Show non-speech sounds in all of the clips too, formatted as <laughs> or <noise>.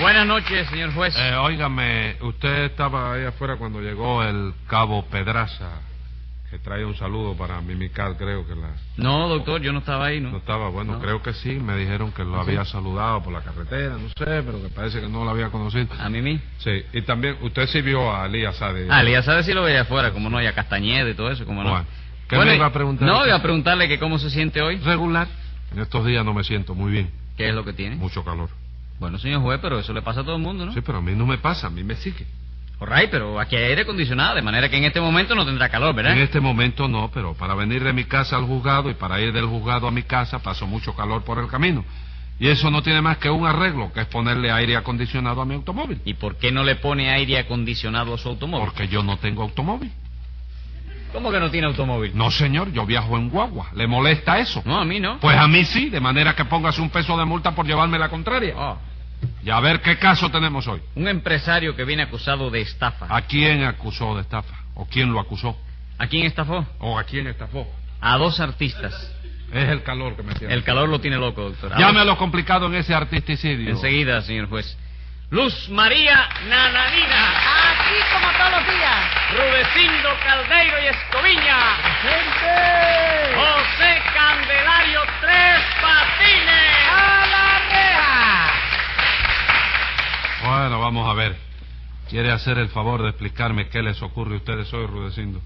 Buenas noches, señor juez. Eh, óigame, usted estaba ahí afuera cuando llegó el cabo Pedraza, que trae un saludo para Mimical, creo que la... No, doctor, yo no estaba ahí, ¿no? No estaba, bueno, No. creo que sí, me dijeron que lo había saludado por la carretera, no sé, pero que parece que no lo había conocido. A mí mismo. Sí, y también usted sí vio a Elías Sade. Ah, ya sabes si lo veía afuera, como no, y a Castañeda y todo eso, como no. Bueno, ¿qué me iba a preguntar? No, iba a preguntarle que cómo se siente hoy. Regular. En estos días no me siento muy bien, ¿Qué es lo que tiene? mucho calor. Bueno, señor juez, pero eso le pasa a todo el mundo, ¿no? Sí, pero a mí no me pasa, a mí me sigue. All right, pero aquí hay aire acondicionado, de manera que en este momento no tendrá calor, ¿verdad? En este momento no, pero para venir de mi casa al juzgado y para ir del juzgado a mi casa pasó mucho calor por el camino. Y eso no tiene más que un arreglo, que es ponerle aire acondicionado a mi automóvil. ¿Y por qué no le pone aire acondicionado a su automóvil? Porque yo no tengo automóvil. ¿Cómo que no tiene automóvil? No, señor, yo viajo en guagua. ¿Le molesta eso? No, a mí no. Pues a mí sí, de manera que póngase un peso de multa por llevarme la contraria. Oh, Y a ver qué caso tenemos hoy. un empresario que viene acusado de estafa. ¿A quién acusó de estafa? ¿O quién lo acusó? ¿A quién estafó? ¿O a quién estafó? A dos artistas. Es el calor que me tiene. El calor lo tiene loco, doctor. A Llámelo complicado en ese dos- artisticidio. Enseguida, señor juez. Luz María Nananina, Aquí como todos los días. Rudecindo Caldeiro y Escoviña, ¡Gente! José Candelario Tres Patines. ¡A la reja! Bueno, vamos a ver. ¿Quiere hacer el favor de explicarme qué les ocurre a ustedes hoy, Rudecindo?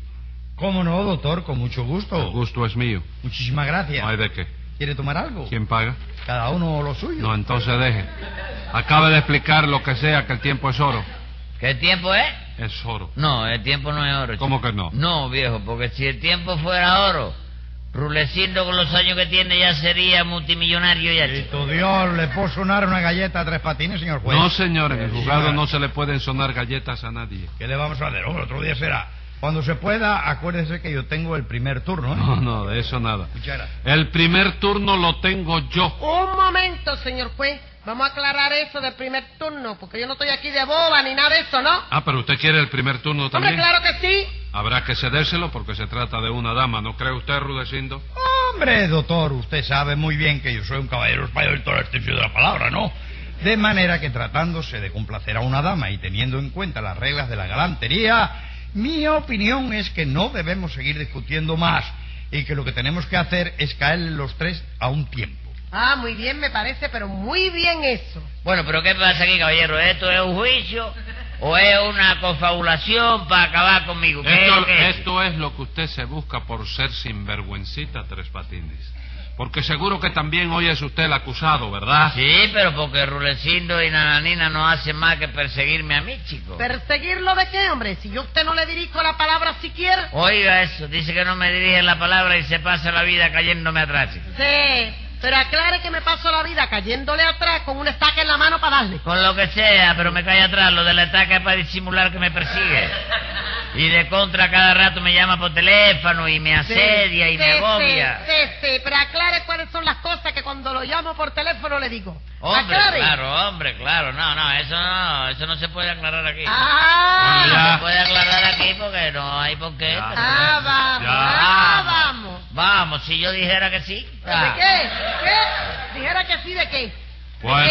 ¿Cómo no, doctor? Con mucho El gusto. gusto es mío. Muchísimas No hay gracias. de qué. ¿Quiere tomar algo? ¿Quién paga? Cada uno lo suyo. No, entonces deje. Acabe de explicar lo que sea, que el tiempo es oro. ¿Qué tiempo es? Es oro. No, el tiempo no es oro. chico. ¿Cómo que no? No, viejo, porque si el tiempo fuera oro, Rulecindo con los años que tiene ya sería multimillonario ya, Y chico. tu Dios, ¿le puedo sonar una galleta a tres patines, señor juez? No, señor, en el Sí, juzgado señora. no se le pueden sonar galletas a nadie. ¿Qué le vamos a hacer? Hombre, otro día será. Cuando se pueda, acuérdese que yo tengo el primer turno, ¿eh? No, no, de eso nada. Muchas gracias. El primer turno lo tengo yo. Un momento, señor juez. Vamos a aclarar eso del primer turno, porque yo no estoy aquí de boba ni nada de eso, ¿no? Ah, pero usted quiere el primer turno Hombre, también. claro que sí. Habrá que cedérselo porque se trata de una dama, ¿no cree usted, Rudecindo? Hombre, doctor, usted sabe muy bien que yo soy un caballero español en todo el sentido de la palabra, ¿no? De manera que tratándose de complacer a una dama y teniendo en cuenta las reglas de la galantería, mi opinión es que no debemos seguir discutiendo más y que lo que tenemos que hacer es caerle los tres a un tiempo. Ah, muy bien, me parece, pero muy bien eso. Bueno, pero ¿qué pasa aquí, caballero? ¿Esto es un juicio o es una confabulación para acabar conmigo? ¿Qué es lo Esto, que es? esto es lo que usted se busca por ser sinvergüencita, Tres Patines. Porque seguro que también hoy es usted el acusado, ¿verdad? Ah, Sí, pero porque Rulecindo y Nananina no hacen más que perseguirme a mí, chico. ¿Perseguirlo de qué, hombre? Si yo a usted no le dirijo la palabra siquiera. Oiga eso, dice que no me dirige la palabra y se pasa la vida cayéndome atrás, chico. Sí, pero aclare que me paso la vida cayéndole atrás con una estaca en la mano para darle. Con lo que sea, pero me cae atrás. Lo del ataque es para disimular que me persigue. Y de contra cada rato me llama por teléfono y me asedia y Sí, me sí, agobia. Sí, sí, pero aclare cuáles son las cosas que cuando lo llamo por teléfono le digo. Hombre, aclare. claro, hombre, claro. No, no, eso no, eso no se puede aclarar aquí. Ah, Bueno, No ya. se puede aclarar aquí porque no hay por qué. Ya. ah, vamos, ah, vamos. Vamos, si yo dijera que sí. Ah, ¿De qué? ¿Qué? Dijera que sí, ¿de qué? ¿De Bueno.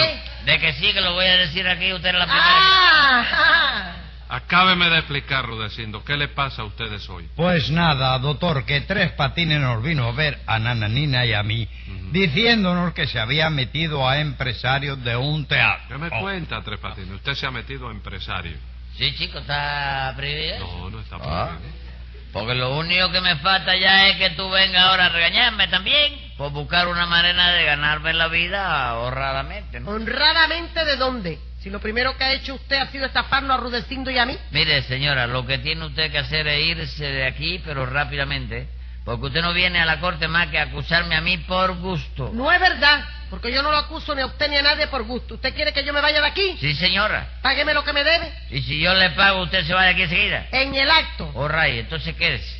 qué? De que sí, que lo voy a decir aquí, usted es la primera. Ah, ah. Acábeme de explicar, Rudecindo, ¿qué le pasa a ustedes hoy? Pues nada, doctor, que tres patines nos vino a ver a Nananina y a mí, diciéndonos que se había metido a empresarios de un teatro. ¿Qué me Oh. cuenta, Tres Patines? Usted se ha metido a empresario. Sí, chico, está prohibido. eso. No, no está ¿eh? Ah. prohibido. Porque lo único que me falta ya es que tú vengas ahora a regañarme también por buscar una manera de ganarme la vida honradamente, ¿no? ¿Honradamente de dónde? Si lo primero que ha hecho usted ha sido estafarnos a Rudecindo y a mí. Mire, señora, lo que tiene usted que hacer es irse de aquí, pero rápidamente, porque usted no viene a la corte más que a acusarme a mí por gusto. No es verdad. Porque yo no lo acuso ni a usted ni a nadie por gusto. ¿Usted quiere que yo me vaya de aquí? Sí, señora. Págueme lo que me debe Y si yo le pago, usted se va de aquí enseguida. en el acto. Oh, ray, entonces quédese.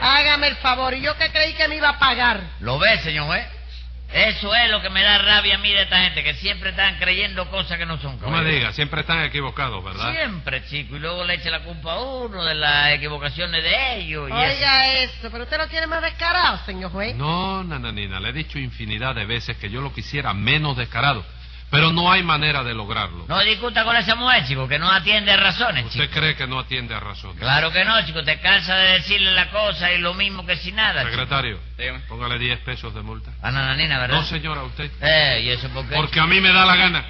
Hágame el favor. ¿Y yo que creí que me iba a pagar? ¿Lo ve, señor juez? Eso es lo que me da rabia a mí de esta gente, que siempre están creyendo cosas que no son. No me caballero. digas, siempre están equivocados, ¿verdad? Siempre, chico, y luego le echa la culpa a uno de las equivocaciones de ellos. y Oiga eso, pero usted no tiene más descarado, señor juez. No, nananina, le he dicho infinidad de veces que yo lo quisiera menos descarado, pero no hay manera de lograrlo. eso. No discuta con esa mujer, chico, que no atiende a razones, Usted chico. cree que no atiende a razón. Claro que no, chico, te cansa de decirle la cosa y lo mismo que si nada. chico. Secretario, Dígame. póngale 10 pesos de multa. A Nananina, ¿verdad? No, señora, usted. Eh, ¿y eso por qué? Porque a mí me da la gana.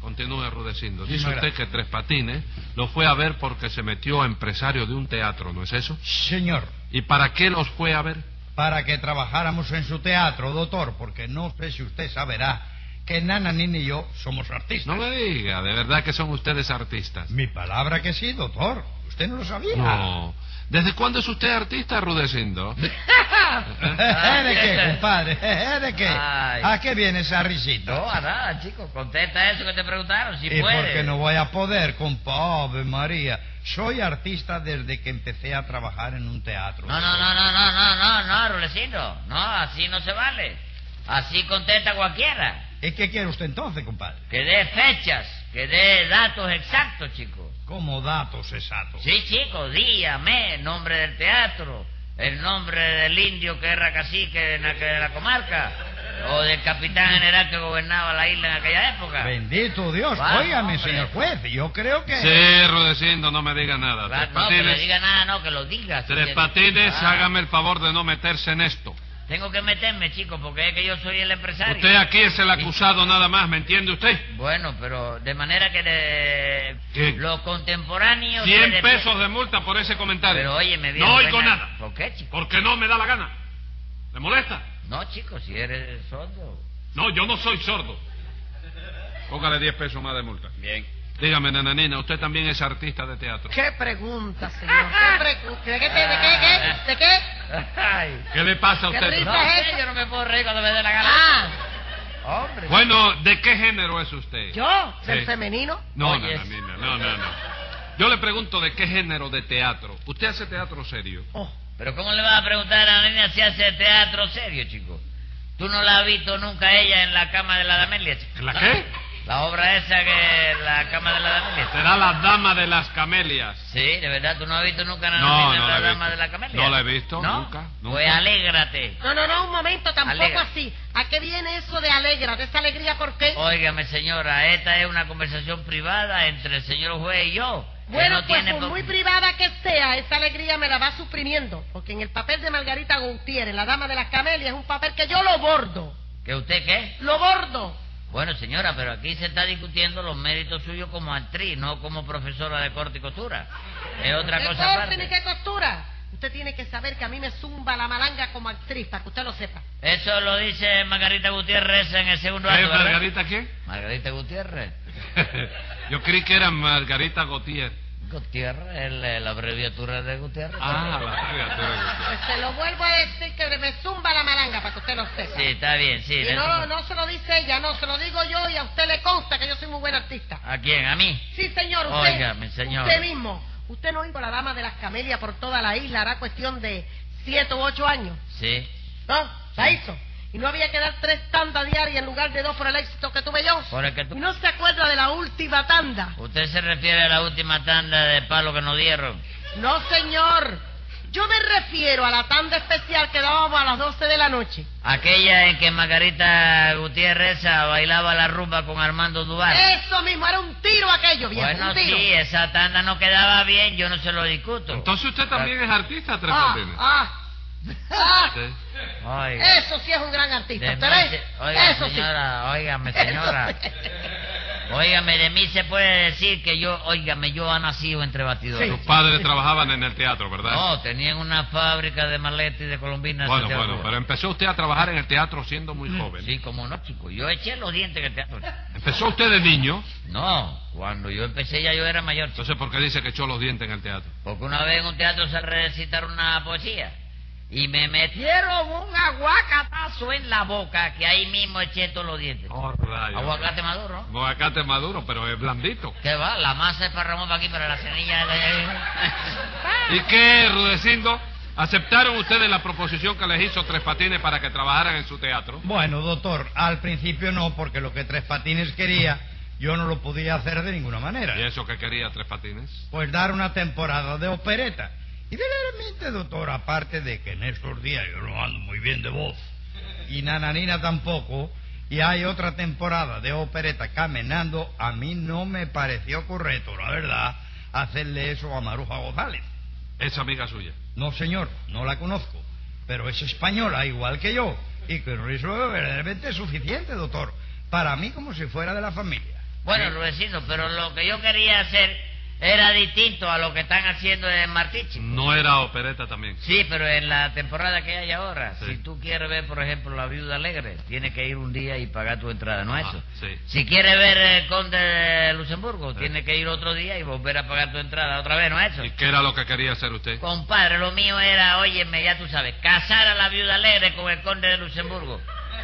Continúe rudeciendo. Dice Muchísimas usted que Tres Patines lo fue a ver porque se metió empresario de un teatro, ¿no es eso? Señor, ¿Y para qué los fue a ver? para que trabajáramos en su teatro, doctor, porque no sé si usted saberá que Nana Nini y yo somos artistas. No me diga, de verdad que son ustedes artistas. Mi palabra que sí, doctor. Usted no lo sabía. No. Ah. ¿Desde cuándo es usted artista, Rudecindo? <laughs> ¿De qué, compadre? <laughs> ¿De qué? Ay. ¿A qué viene esa risita? No, a nada, chico, contesta eso que te preguntaron, si ¿Y por puedes. qué no voy a poder, compadre María? Soy artista desde que empecé a trabajar en un teatro. No, no, no, no, no, no, no, no, Rulecito. No, así no se vale. Así contesta cualquiera. ¿Y qué quiere usted entonces, compadre? Que dé fechas, que dé datos exactos, chico. Como datos exactos. Sí, chico, día, mes, nombre del teatro, el nombre del indio que era cacique en la, que- de la comarca, o del capitán general que gobernaba la isla en aquella época. Bendito Dios. Vale, Óigame, hombre. señor juez, yo creo que... Sí, Rudecindo, no me diga nada. Va, Tres no, que le Patines, diga nada, no, que lo diga. Tres si- Patines, Ah, hágame el favor de no meterse en esto. Tengo que meterme, chico, porque es que yo soy el empresario. Usted aquí es el acusado nada más, ¿me entiende usted? Bueno, pero de manera que de... ¿Qué? los contemporáneos... se 100 le- pesos de multa por ese comentario. Pero óyeme bien. No oigo Reina, nada. ¿Por qué, chico? Porque no me da la gana. ¿Le molesta? No, chico, si eres sordo. No, yo no soy sordo. Póngale 10 pesos más de multa. Bien. Dígame, nananina, usted también es artista de teatro. ¿Qué pregunta, señor? ¿Qué pregunta? ¿De qué? te- ¿De qué? qué? ¿De qué? <laughs> Ay. ¿Qué le pasa a Qué usted? risa. No, es sé, esa? yo no me puedo reír cuando me dé la gana. Ah, Hombre. Bueno, ¿de qué género es usted? ¿yo? ¿Del Sí. femenino? No, Oye. nananina, no, no, no. Yo le pregunto de qué género de teatro. ¿Usted hace teatro serio? Oh, Pero ¿cómo le vas a preguntar a la niña si hace teatro serio, chico? ¿Tú no la has visto nunca a ella en la cama de la Damelia, chico? ¿En la qué? La obra esa que... La cama de la Damelia. chico. Será la dama de las camelias. Sí, de verdad, ¿tú no has visto nunca a la, No, niña en no la la he dama visto. de la Camelia? No la he visto, ¿No? nunca, nunca. Pues alégrate. No, no, no, un momento, tampoco Alegra. así. ¿A qué viene eso de alegra? ¿De esa alegría por qué? Óigame, señora, esta es una conversación privada entre el señor juez y yo. que Bueno, no pues tiene por por- muy privada que sea, esa alegría me la va suprimiendo. Porque en el papel de Margarita Gutiérrez, la dama de las camelias, es un papel que yo lo bordo. ¿Que usted qué? Lo bordo. Bueno, señora, pero aquí se está discutiendo los méritos suyos como actriz, no como profesora de corte y costura. Es otra ¿Qué cosa corte ni aparte. qué costura? Usted tiene que saber que a mí me zumba la malanga como actriz, para que usted lo sepa. Eso lo dice Margarita Gutiérrez en el segundo ¿Qué, acto, ¿verdad? Margarita quién? <laughs> Margarita Gutiérrez. Yo creí que era Margarita Gautier. Gutiérrez, es la la abreviatura de Gutiérrez. Ah, la criatura de Gautier. Pues se lo vuelvo a decir que me zumba la malanga, para que usted lo sepa. Sí, está bien, sí. de y eso- no, no se lo dice ella, no, se lo digo yo y a usted le consta que yo soy muy buen artista. ¿A quién? ¿A mí? Sí, señor, usted. Óigame, señor. Usted mismo. Usted no oigo la dama de las camelias por toda la isla, hará cuestión de siete u ocho años. Sí. ¿No? La hizo. Y no había que dar tres tandas diarias en lugar de dos por el éxito que tuve yo. Por el que tú- Y no se acuerda de la última tanda. ¿Usted se refiere a la última tanda de palo que nos dieron? No, señor. Yo me refiero a la tanda especial que dábamos a las 12 de la noche. Aquella en que Margarita Gutiérrez esa, bailaba la rumba con Armando Duval. Eso mismo, era un tiro aquello, viejo. bueno, un tiro. sí, esa tanda no quedaba bien, yo no se lo discuto. Entonces usted también es artista, Tres Ah, Patines. ah, ah. Sí. Oiga, Eso sí es un gran artista. de ¿Usted mí ve? se- oiga, Eh, Eso sí. señora, óigame, Eso señora. sí. Óigame, de mí se puede decir que yo, óigame, yo ha nacido entre batidores. Sus padres trabajaban en el teatro, ¿verdad? No, tenían una fábrica de maletas y de colombinas. en bueno, Santiago bueno, Cuba. pero empezó usted a trabajar en el teatro siendo muy joven. Mm, Sí, como no, chico. Yo eché los dientes que te teatro. Empezó usted de niño, No, cuando yo empecé ya yo era mayor, chico. entonces ¿por qué dice que echó los dientes en el teatro? Porque una vez en un teatro se recitaron una poesía. y me metieron un aguacatazo en la boca que ahí mismo eché todos los dientes. Aguacate maduro, ¿no? Oh, Aguacate maduro, pero es blandito. ¿Qué va? La masa es para Ramón para aquí, para la semilla <laughs> ¿Y qué, Rudecindo? ¿Aceptaron ustedes la proposición que les hizo Tres Patines para que trabajaran en su teatro? Bueno, doctor, al principio no, porque lo que Tres Patines quería, yo no lo podía hacer de ninguna manera. ¿Y eso que quería Tres Patines? Pues dar una temporada de opereta. Y verdaderamente, doctor, aparte de que en estos días yo no ando muy bien de voz, y Nananina tampoco, y hay otra temporada de opereta caminando, a mí no me pareció correcto, la verdad, hacerle eso a Maruja González. Es amiga suya. No, señor, no la conozco, pero es española, igual que yo, y que eso es verdaderamente suficiente, doctor, para mí como si fuera de la familia. Bueno, Rudecindo, pero lo que yo quería hacer era distinto a lo que están haciendo en Martichi. No era opereta también. Sí, pero en la temporada que hay ahora, Sí. si tú quieres ver, por ejemplo, La Viuda Alegre, tienes que ir un día y pagar tu entrada, ¿no es Ah, eso? sí. Si quieres ver eh, El Conde de Luxemburgo, tienes que ir otro día y volver a pagar tu entrada otra vez, ¿no es eso? ¿Y qué era lo que quería hacer usted? Compadre, lo mío era, óyeme, ya tú sabes, casar a La Viuda Alegre con El Conde de Luxemburgo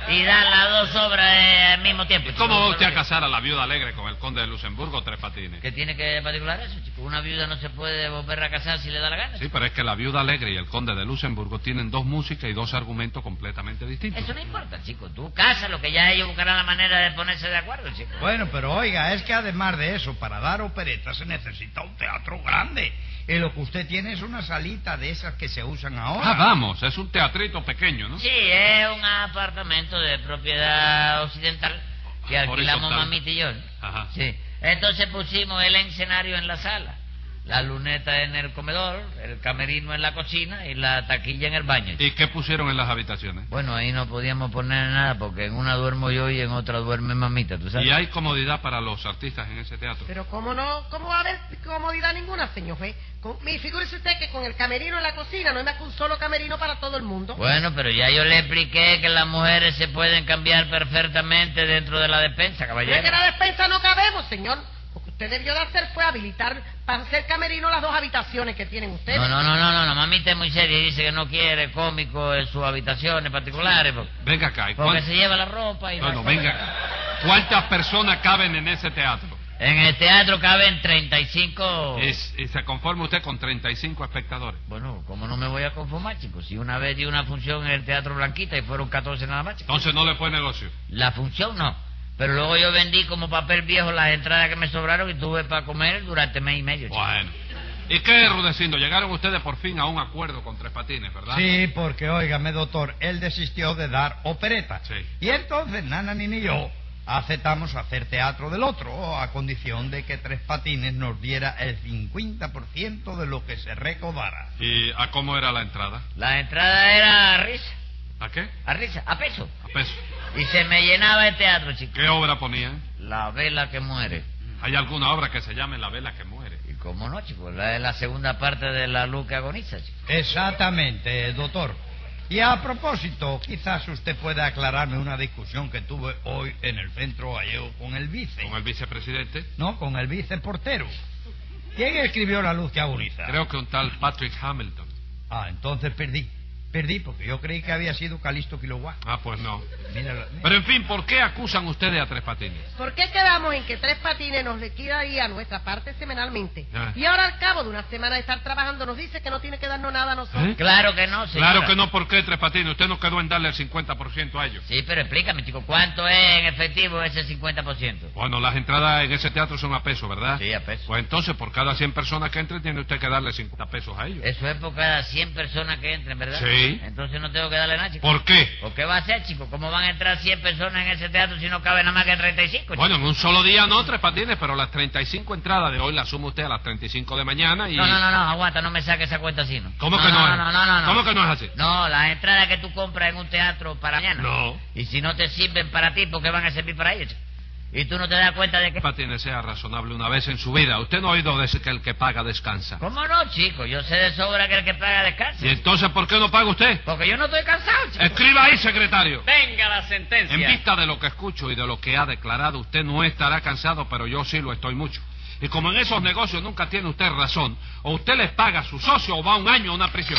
y dar las dos obras eh, al mismo tiempo. ¿Y cómo chico. va usted a casar a la viuda alegre con el conde de Luxemburgo, Tres Patines? ¿Qué tiene que particular eso, chico? Una viuda no se puede volver a casar si le da la gana. Sí, pero es que la viuda alegre y el conde de Luxemburgo tienen dos músicas y dos argumentos completamente distintos. Eso no importa, chico. Tú casa lo que ya ellos buscarán la manera de ponerse de acuerdo, chico. Bueno, pero oiga, es que además de eso, para dar operetas se necesita un teatro grande. Y lo que usted tiene es una salita de esas que se usan ahora. Ah, vamos, es un teatrito pequeño, ¿no? Sí, es un apartamento de propiedad occidental que Ah, alquilamos Horizontal. mamita y yo. ¿no? Ajá. Sí. Entonces pusimos el escenario en la sala, la luneta en el comedor, el camerino en la cocina y la taquilla en el baño. chico. ¿Y qué pusieron en las habitaciones? Bueno, ahí no podíamos poner nada porque en una duermo yo y en otra duerme mamita, ¿tú sabes? ¿Y hay comodidad para los artistas en ese teatro? Pero cómo no, cómo va a haber comodidad ninguna, señor juez. Con- mi- figúrese usted que con el camerino en la cocina no hay más que un solo camerino para todo el mundo. Bueno, pero ya yo le expliqué que las mujeres se pueden cambiar perfectamente dentro de la despensa, Pero es que en caballero. la despensa no cabemos, señor. Lo que usted debió de hacer fue habilitar para hacer camerino las dos habitaciones que tienen ustedes. No, no, no, no, no, no, mamita es muy seria y dice que no quiere cómico en sus habitaciones particulares porque, Venga acá. ¿y porque cuán- se lleva la ropa y... Bueno, venga acá. ¿Cuántas personas caben en ese teatro? En el teatro caben 35... Es- y se conforma usted con 35 espectadores. Bueno, ¿cómo no me voy a conformar, chicos? Si una vez di una función en el Teatro Blanquita y fueron 14 nada más, chicos. Entonces no le fue negocio. La función no. Pero luego yo vendí como papel viejo las entradas que me sobraron y tuve para comer durante mes y medio, chicos. Bueno. ¿Y qué, Rudecindo? Llegaron ustedes por fin a un acuerdo con Tres Patines, ¿verdad? Sí, porque, óigame, doctor, él desistió de dar opereta. Sí. Y entonces Nana Nini y yo aceptamos hacer teatro del otro, a condición de que Tres Patines nos diera el 50% de lo que se recaudara. ¿Y a cómo era la entrada? La entrada era a risa, ¿A qué? a risa, a peso. A peso. Y se me llenaba el teatro, chicos. ¿Qué obra ponían? La vela que muere. ¿Hay alguna obra que se llame La vela que muere? Y cómo no, chicos, la es la segunda parte de la luz que agoniza, chico. Exactamente, doctor. Y a propósito, quizás usted pueda aclararme una discusión que tuve hoy en el centro gallego con el vice. Con el vicepresidente. No, con el viceportero. ¿Quién escribió La luz que agoniza? Creo que un tal Patrick Hamilton. Ah, entonces perdí. Perdí porque yo creí que había sido Calisto Quiloguá. Ah, pues no. Mira, la- Pero en fin, ¿por qué acusan ustedes a Tres Patines? ¿Por qué quedamos en que Tres Patines nos liquidaría nuestra parte semanalmente? Ah. Y ahora al cabo de una semana de estar trabajando nos dice que no tiene que darnos nada a nosotros. ¿Eh? Claro que no, señora. Claro que no, ¿por qué Tres Patines? Usted no quedó en darle el 50% a ellos. Sí, pero explícame, chico, ¿cuánto es en efectivo ese 50%? Bueno, las entradas en ese teatro son a peso, ¿verdad? Sí, a peso. Pues entonces, por cada 100 personas que entren, tiene usted que darle 50 pesos a ellos. Eso es por cada 100 personas que entren, ¿verdad? Sí. Entonces no tengo que darle nada, chico. ¿Por qué? ¿O qué va a hacer, chico? ¿Cómo van a entrar 100 personas en ese teatro si no cabe nada más que 35, chico? Bueno, en un solo día no, Tres Patines, pero las 35 entradas de hoy las suma usted a las 35 de mañana y... No, no, no, no, aguanta, no me saques esa cuenta así, ¿no? ¿Cómo que no, No, es? no, no, no, no. ¿Cómo que no es así? No, las entradas que tú compras en un teatro para mañana. No. Y si no te sirven para ti, ¿por qué van a servir para ellos? Y tú no te das cuenta de que... Tres Patines sea razonable una vez en su vida. Usted no ha oído decir que el que paga descansa. ¿Cómo no, chico? Yo sé de sobra que el que paga descansa. ¿Y entonces por qué no paga usted? Porque yo no estoy cansado, chico. Escriba ahí, secretario. Venga la sentencia. En vista de lo que escucho y de lo que ha declarado, usted no estará cansado, pero yo sí lo estoy mucho. Y como en esos negocios nunca tiene usted razón, o usted les paga a su socio o va un año a una prisión.